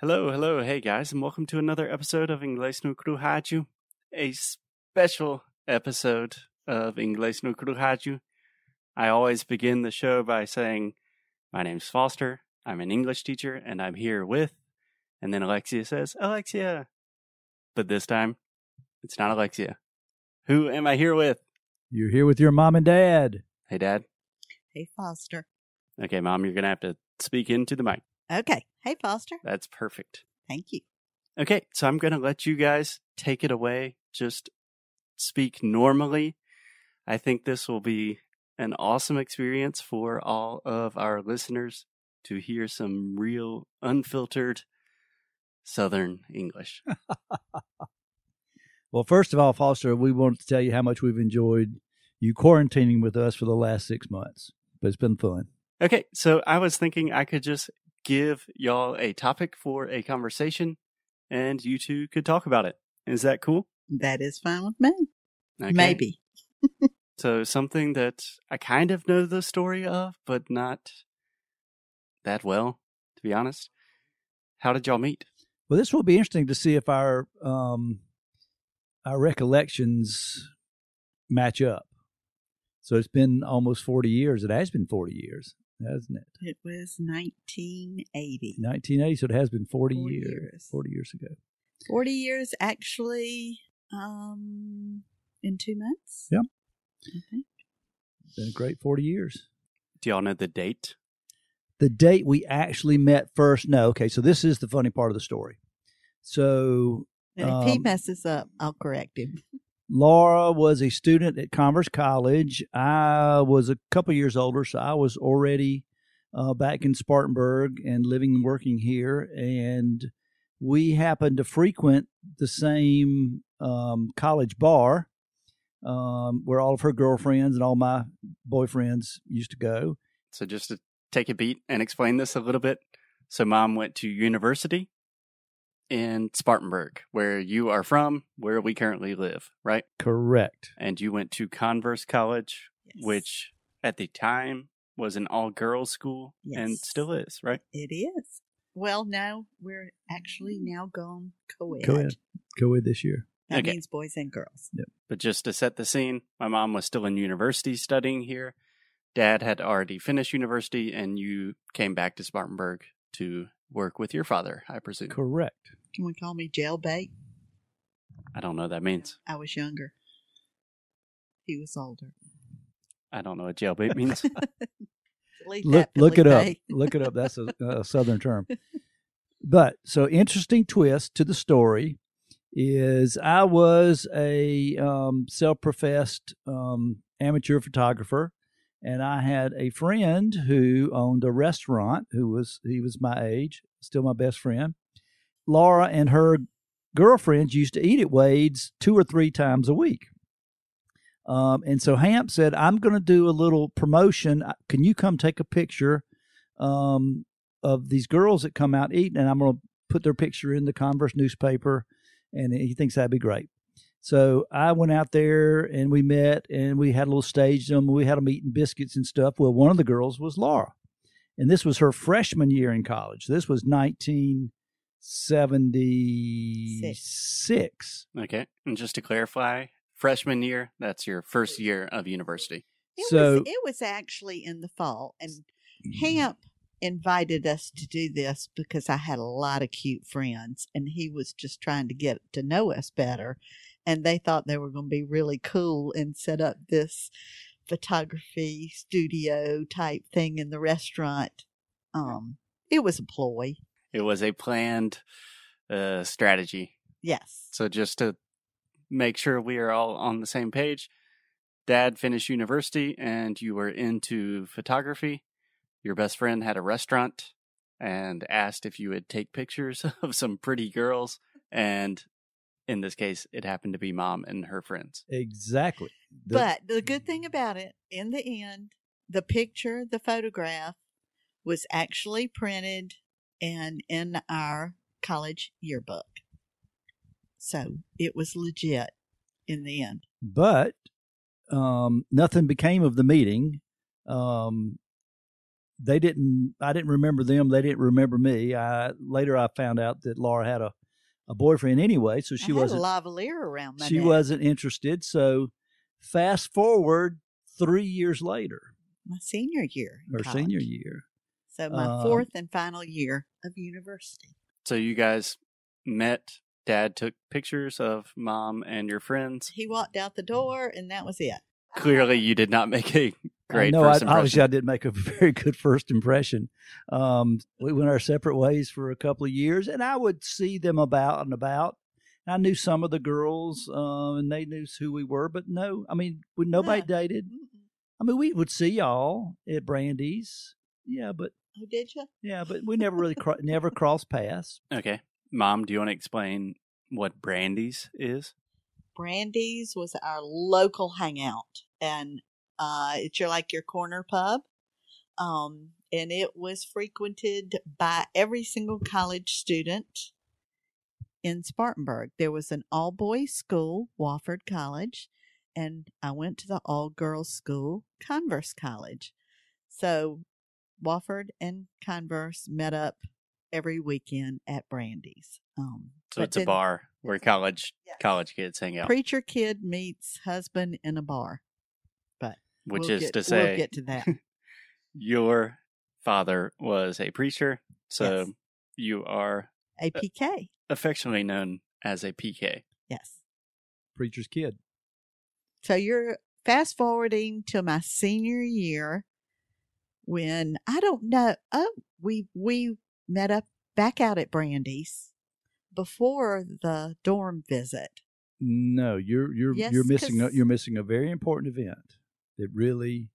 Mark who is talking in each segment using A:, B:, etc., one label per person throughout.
A: Hello, hello, hey guys, and welcome to another episode of Inglês no Cru Rádio, a special episode of Inglês no Cru Rádio. I always begin the show by saying, My name's Foster, I'm an English teacher, and I'm here with, and then Alexia says, Alexia. But this time, it's not Alexia. Who am I here with?
B: You're here with your mom and dad.
A: Hey, Dad.
C: Hey, Foster.
A: Okay, Mom, you're going to have to speak into the mic.
C: Okay. Hey, Foster.
A: That's perfect.
C: Thank you.
A: Okay, so I'm going to let you guys take it away. Just speak normally. I think this will be an awesome experience for all of our listeners to hear some real, unfiltered Southern English.
B: Well, first of all, Foster, we wanted to tell you how much we've enjoyed you quarantining with us for the last six months. But it's been fun.
A: okay, so I was thinking I could just give y'all a topic for a conversation and you two could talk about it. Is that cool?
C: That is fine with me.
A: Okay.
C: Maybe.
A: So something that I kind of know the story of, but not that well, to be honest. How did y'all meet?
B: Well, this will be interesting to see if our um, our recollections match up. So it's been almost forty years. It has been forty years, hasn't it?
C: It was 1980.
B: Nineteen eighty. So it has been forty,
C: 40
B: years,
C: years.
B: Forty years ago.
C: 40 years actually um, in two months.
B: Yeah.
C: Okay.
B: It's been a great forty years.
A: Do y'all know the date?
B: the date we actually met first no okay so this is the funny part of the story so
C: And if he
B: Um,
C: messes up, I'll correct him.
B: laura was a student at commerce college i was a couple years older so i was already uh, back in spartanburg and living and working here and we happened to frequent the same um, college bar um, where all of her girlfriends and all my boyfriends used to go
A: So just to take a beat and explain this a little bit. So mom went to university in Spartanburg, where you are from, where we currently live, right?
B: correct
A: And you went to Converse College,
C: Yes.
A: which at the time was an all girls school and
C: Yes.
A: still is, right?
C: It is. Well, no, we're actually now gone co-ed.
B: Co-ed. co-ed this year
C: That
A: Okay.
C: means boys and girls.
A: But just to set the scene, my mom was still in university studying here. Dad had already finished university, and you came back to Spartanburg to work with your father, I presume.
B: correct
C: Can we call me jailbait?
A: I don't know what that means.
C: I was younger. He was older.
A: I don't know what jailbait means.
C: Delete
B: look
C: that,
B: look it up
C: Felipe.
B: look it up that's a, a southern term but so interesting twist to the story is i was a um, self-professed um, amateur photographer and i had a friend who owned a restaurant who was he was my age still my best friend laura and her girlfriends used to eat at wade's two or three times a week um, and so Hamp said, I'm going to do a little promotion. Uh, Can you come take a picture um, of these girls that come out eating? And I'm going to put their picture in the Converse newspaper. And he thinks that'd be great. So I went out there and we met and we had a little stage them. We had them eating biscuits and stuff. Well, one of the girls was Laura. And this was her freshman year in college. This was 1976.
A: okay. And just to clarify, freshman year, that's your first year of university.
C: It
B: So-
C: was it was actually in the fall, and
B: Mm-hmm.
C: Hamp invited us to do this because I had a lot of cute friends, and he was just trying to get to know us better, and they thought they were going to be really cool and set up this photography studio type thing in the restaurant. Um, it was a ploy.
A: It was a planned uh, strategy.
C: Yes,
A: So just to make sure we are all on the same page, dad finished university and you were into photography. Your best friend had a restaurant and asked if you would take pictures of some pretty girls. And in this case, it happened to be mom and her friends.
B: Exactly. The- Mm.
C: but the good thing about it, in the end, the picture, the photograph, was actually printed and in our college yearbook. So it was legit in the end.
B: but um, nothing became of the meeting. Um, they didn't. I didn't remember them. They didn't remember me. I, later, I found out that Laura had a, a boyfriend anyway, so
C: I
B: she
C: had
B: wasn't.
C: a lavalier around my
B: She
C: neck.
B: wasn't interested. So, fast forward three years later,
C: my senior year. in
B: her
C: college.
B: senior year.
C: So my
B: Um,
C: fourth and final year of university.
A: So you guys met. Dad took pictures of mom and your friends.
C: He walked out the door, and that was it.
A: Clearly, you did not make a great
B: No, I,
A: first impression.
B: obviously, I didn't make a very good first impression. Um, we went our separate ways for a couple of years, and I would see them about and about. I knew some of the girls, um, and they knew who we were, but no, I mean, when nobody
C: No.
B: dated.
C: Mm-mm.
B: I mean, we would see y'all at Brandy's, yeah, but
C: Oh, did you?
B: yeah, but we never really cro- never crossed paths.
A: Okay. Mom, do you want to explain what Brandy's is?
C: Brandy's was our local hangout, and uh, it's your like your corner pub, um, and it was frequented by every single college student in Spartanburg. There was an all boys school, Wofford College, and I went to the all girls school, Converse College. So Wofford and Converse met up every weekend at Brandy's. Um,
A: So
C: but
A: it's a
C: then-
A: bar where college
C: Yes.
A: college kids hang out,
C: preacher kid meets husband in a bar.
A: which
C: We'll
A: is
C: get-
A: to say,
C: we'll get to that.
A: your father was a preacher, so
C: Yes.
A: you are
C: A PK.
A: affectionately known as a PK.
C: Yes.
B: Preacher's kid.
C: So you're fast forwarding to my senior year when I don't know. Oh, we we met up back out at Brandy's before the dorm visit.
B: No, you're you're
C: Yes,
B: you're missing a,
C: 'cause-
B: you're missing a very important event that really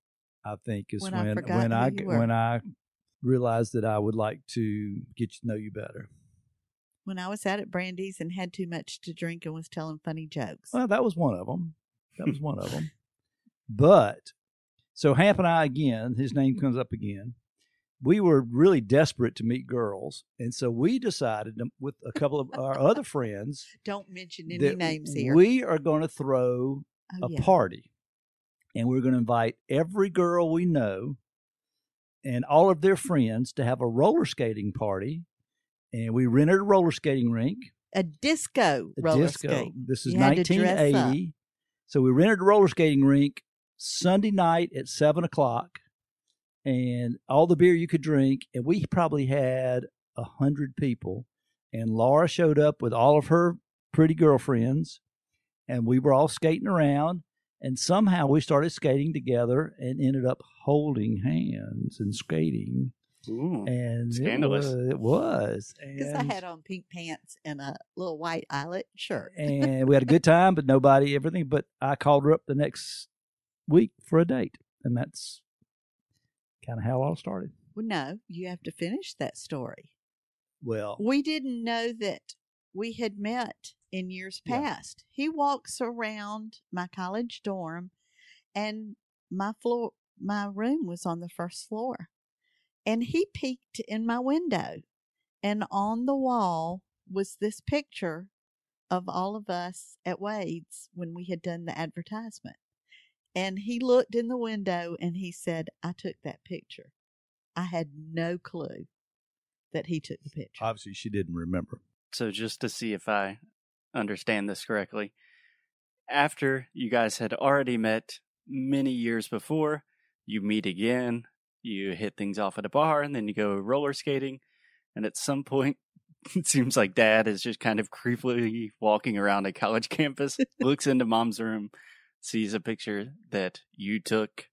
B: I think is
C: When
B: when
C: I
B: when,
C: forgot who
B: I
C: you were.
B: when I realized that I would like to get to know you better.
C: When I was out at Brandy's and had too much to drink and was telling funny jokes.
B: Well, that was one of them. That was one of them. But so Hamp and I again, his name comes up again. We were really desperate to meet girls, and so we decided to- with a couple of our other friends
C: Don't mention any
B: that
C: names here.
B: we are going to throw
C: oh,
B: a
C: yeah.
B: party and we're going to invite every girl we know and all of their friends to have a roller skating party and we rented a roller skating rink
C: a disco
B: a
C: roller
B: disco
C: skating.
B: this is
C: You had to dress up.
B: 1980 so we rented a roller skating rink sunday night at seven o'clock and all the beer you could drink and we probably had a hundred people and laura showed up with all of her pretty girlfriends and we were all skating around and somehow we started skating together and ended up holding hands and skating
A: Ooh.
B: and
A: Scandalous.
B: it was, it was
C: Because I
B: And-
C: had on pink pants and a little white eyelet shirt.
B: Eh and we had a good time, but nobody, everything. But I called her up the next week for a date, and that's kind of how it all started.
C: Well, no, you have to finish that story.
B: Well,
C: We didn't know that we had met in years
B: Yeah.
C: past. He walks around my college dorm, and my floor, my room was on the first floor, and he peeked in my window, and on the wall was this picture of all of us at Wade's when we had done the advertisement. And he looked in the window and he said, I took that picture. I had no clue that he took the picture.
B: obviously she didn't remember.
A: So just to see if I understand this correctly, after you guys had already met many years before, you meet again, you hit things off at a bar, and then you go roller skating. And at some point, it seems like dad is just kind of creepily walking around a college campus, looks into mom's room, sees a picture that you took,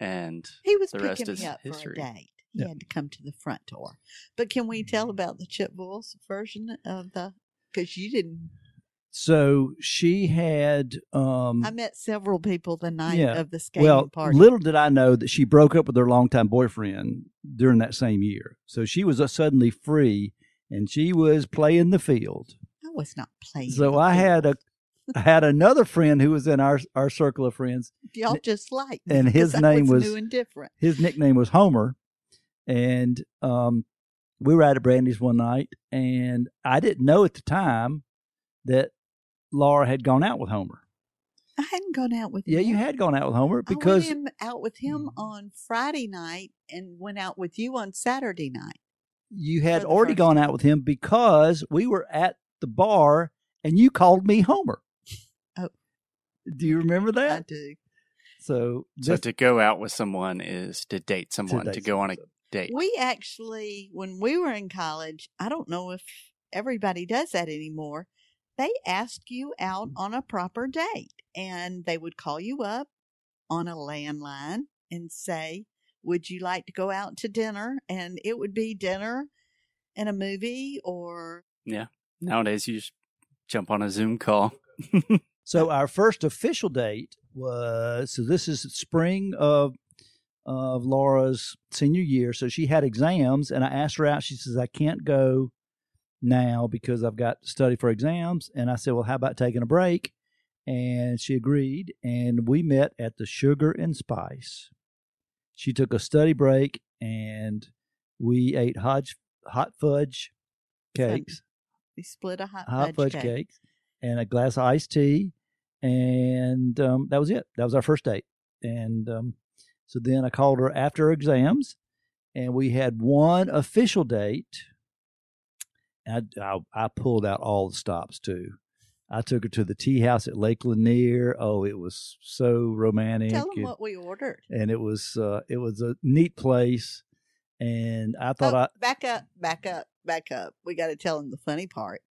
A: and
C: He was
A: The rest
C: picking
A: is
C: me up
A: history.
C: for a date. He
B: Yeah.
C: had to come to the front door. But can we
A: Mm-hmm.
C: tell about the Chip Bulls version of the? Because you didn't.
B: So she had, um,
C: I met several people the night
B: Yeah.
C: of the skating
B: well,
C: party.
B: little did I know that she broke up with her longtime boyfriend during that same year. So she was uh, suddenly free, and she was playing the field.
C: I was not playing.
B: So I had a, I had another friend who was in our our circle of friends.
C: y'all just like
B: and his name was-
C: new and different.
B: his nickname was Homer, and um, we were out at Brandy's one night, and I didn't know at the time that Laura had gone out with Homer.
C: I hadn't gone out with
B: Yeah,
C: him.
B: you had gone out with Homer
C: I
B: because Mm.
C: went in- out with him on Friday night and went out with you on Saturday night.
B: you
C: for
B: had
C: the
B: already
C: first
B: gone out with him because we were at the bar and you called me Homer.
C: Oh. Uh,
B: Do you remember
C: I
B: that?
C: do.
B: So,
A: So
B: this-
A: to go out with someone is to date someone, to,
B: date
A: go on a
B: someone.
A: date.
C: We actually, when we were in college, I don't know if everybody does that anymore. They ask you out
B: Mm.
C: on a proper date and they would call you up on a landline and say, Would you like to go out to dinner? And it would be dinner and a movie or
A: Nowadays, you just jump on a Zoom call.
B: so our first official date was so this is spring of of Laura's senior year. So she had exams and I asked her out. She says I can't go now because I've got to study for exams and I said, "Well, how about taking a break?" And she agreed and we met at the Sugar and Spice. She took a study break and we ate hodge, hot fudge
C: Fun.
B: cakes
C: we split a hot,
B: hot
C: fudge
B: fudge
C: cake.
B: cakes and a glass of iced tea, and um, that was it. That was our first date, and um, so then I called her after her exams, and we had one official date. And I, I I pulled out all the stops too. I took her to the tea house at Lake Lanier. Oh, it was so romantic.
C: Tell them
B: and,
C: what we ordered.
B: and it was uh, it was a neat place, and I thought
C: Oh,
B: I
C: back up, back up, back up. We got to tell him the funny part.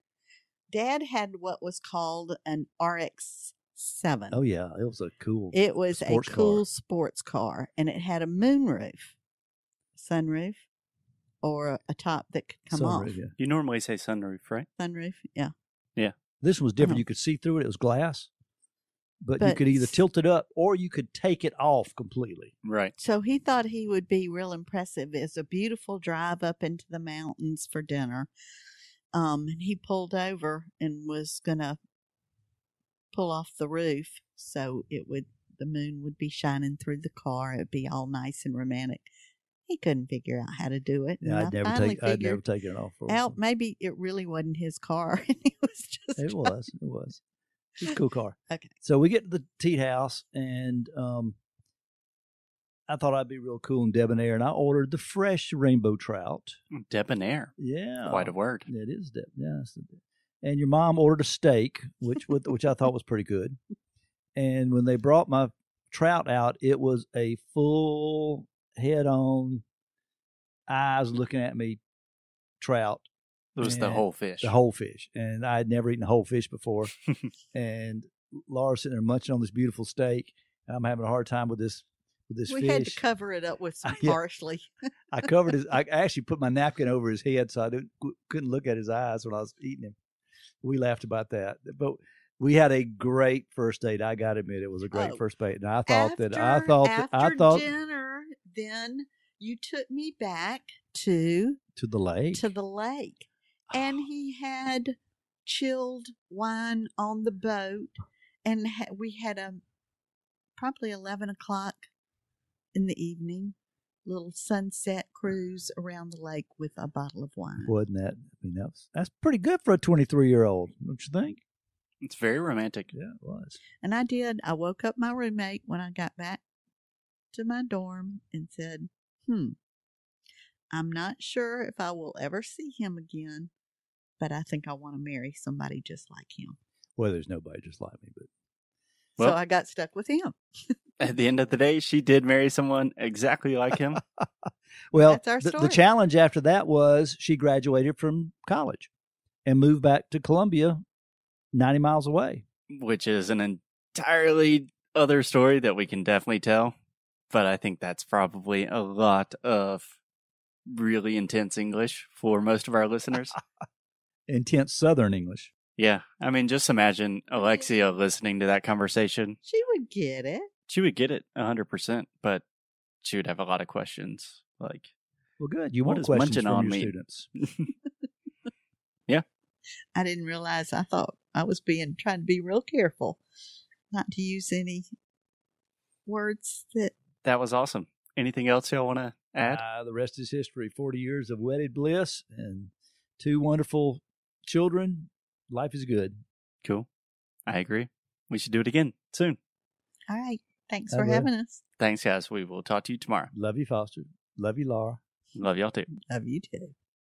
C: Dad had what was called an RX seven.
B: oh yeah, it was a cool.
C: It was a
B: sports car.
C: cool sports car, and it had a moonroof, sunroof, or a, a top that could come off.
B: sunroof, yeah.
A: You normally say sunroof, right?
C: Sunroof, yeah.
B: This one was different.
C: Uh-huh.
B: You could see through it. It was glass, but, you
C: But-
B: could either tilt it up or you could take it off completely.
A: Right.
C: So he thought he would be real impressive. It's a beautiful drive up into the mountains for dinner. Um, and he pulled over and was gonna pull off the roof so it would the moon would be shining through the car. It'd be all nice and romantic. He couldn't figure out how to do it.
B: Yeah,
C: and I
B: I'd never
C: finally
B: take. I'd never
C: figured
B: taken it off. for
C: out
B: myself.
C: maybe it really wasn't his car. it was just
B: It was. It was. It was a cool car.
C: Okay.
B: So we get to the tea house, and um, I thought I'd be real cool and debonair, and I ordered the fresh rainbow trout.
A: Mm. Debonair.
B: Yeah,
A: Quite a word.
B: It is dip. Yeah. it's dip. And your mom ordered a steak, which with- which I thought was pretty good. And when they brought my trout out, it was a full head on eyes looking at me trout,
A: It was the
B: Yeah.
A: whole fish.
B: the whole fish. And I had never eaten a whole fish before. and Laura's sitting there munching on this beautiful steak. And I'm having a hard time with this with this
C: we
B: fish.
C: had to cover it up with some
B: Yeah.
C: parsley.
B: I covered his. I actually put my napkin over his head so I didn't, couldn't look at his eyes when I was eating him. We laughed about that, but we had a great first date. I got to admit, it was a great
C: Oh,
B: first date, and I thought that I
C: After-
B: thought that I
C: after
B: thought
C: dinner, then you took me back to
B: to the lake.
C: to the lake, and
B: Oh.
C: he had chilled wine on the boat, and ha- we had a probably eleven o'clock in the evening little sunset cruise around the lake with a bottle of wine.
B: wasn't that? I mean, that was, that's pretty good for a 23 year old, don't you think?
A: It's very romantic.
B: Yeah, it was.
C: And I did. I woke up my roommate when I got back to my dorm and said, Hmm, I'm not sure if I will ever see him again, but I think I want to marry somebody just like him.
B: Well, there's nobody just like me, but
A: Well-
C: so I got stuck with him.
A: At the end of the day, she did marry someone exactly like him.
B: well,
C: That's our
B: the, the
C: story.
B: challenge after that was she graduated from college and moved back to Columbia, 90 miles away.
A: which is an entirely other story that we can definitely tell. But I think that's probably a lot of really intense English for most of our listeners.
B: intense Southern English.
A: yeah. I mean, just imagine Alexia listening to that conversation.
C: She would get it.
A: She would get it 100%, but she would have a lot of questions. Like,
B: Well, good. You
A: What
B: want
A: is munching
B: questions from
A: on
B: your
A: me?
B: students.
C: I didn't realize. I thought I was being trying to be real careful not to use any words that
A: that was awesome. Anything else y'all want to add?
B: Uh, the rest is history. Forty years of wedded bliss and two wonderful children. Life is good.
A: cool. I agree. We should do it again. soon.
C: All right. Thanks
B: I
C: for
B: will.
C: having us.
A: Thanks, guys. We will talk to you tomorrow.
B: Love you, Foster. Love you, Laura.
A: Love y'all too.
C: Love you too.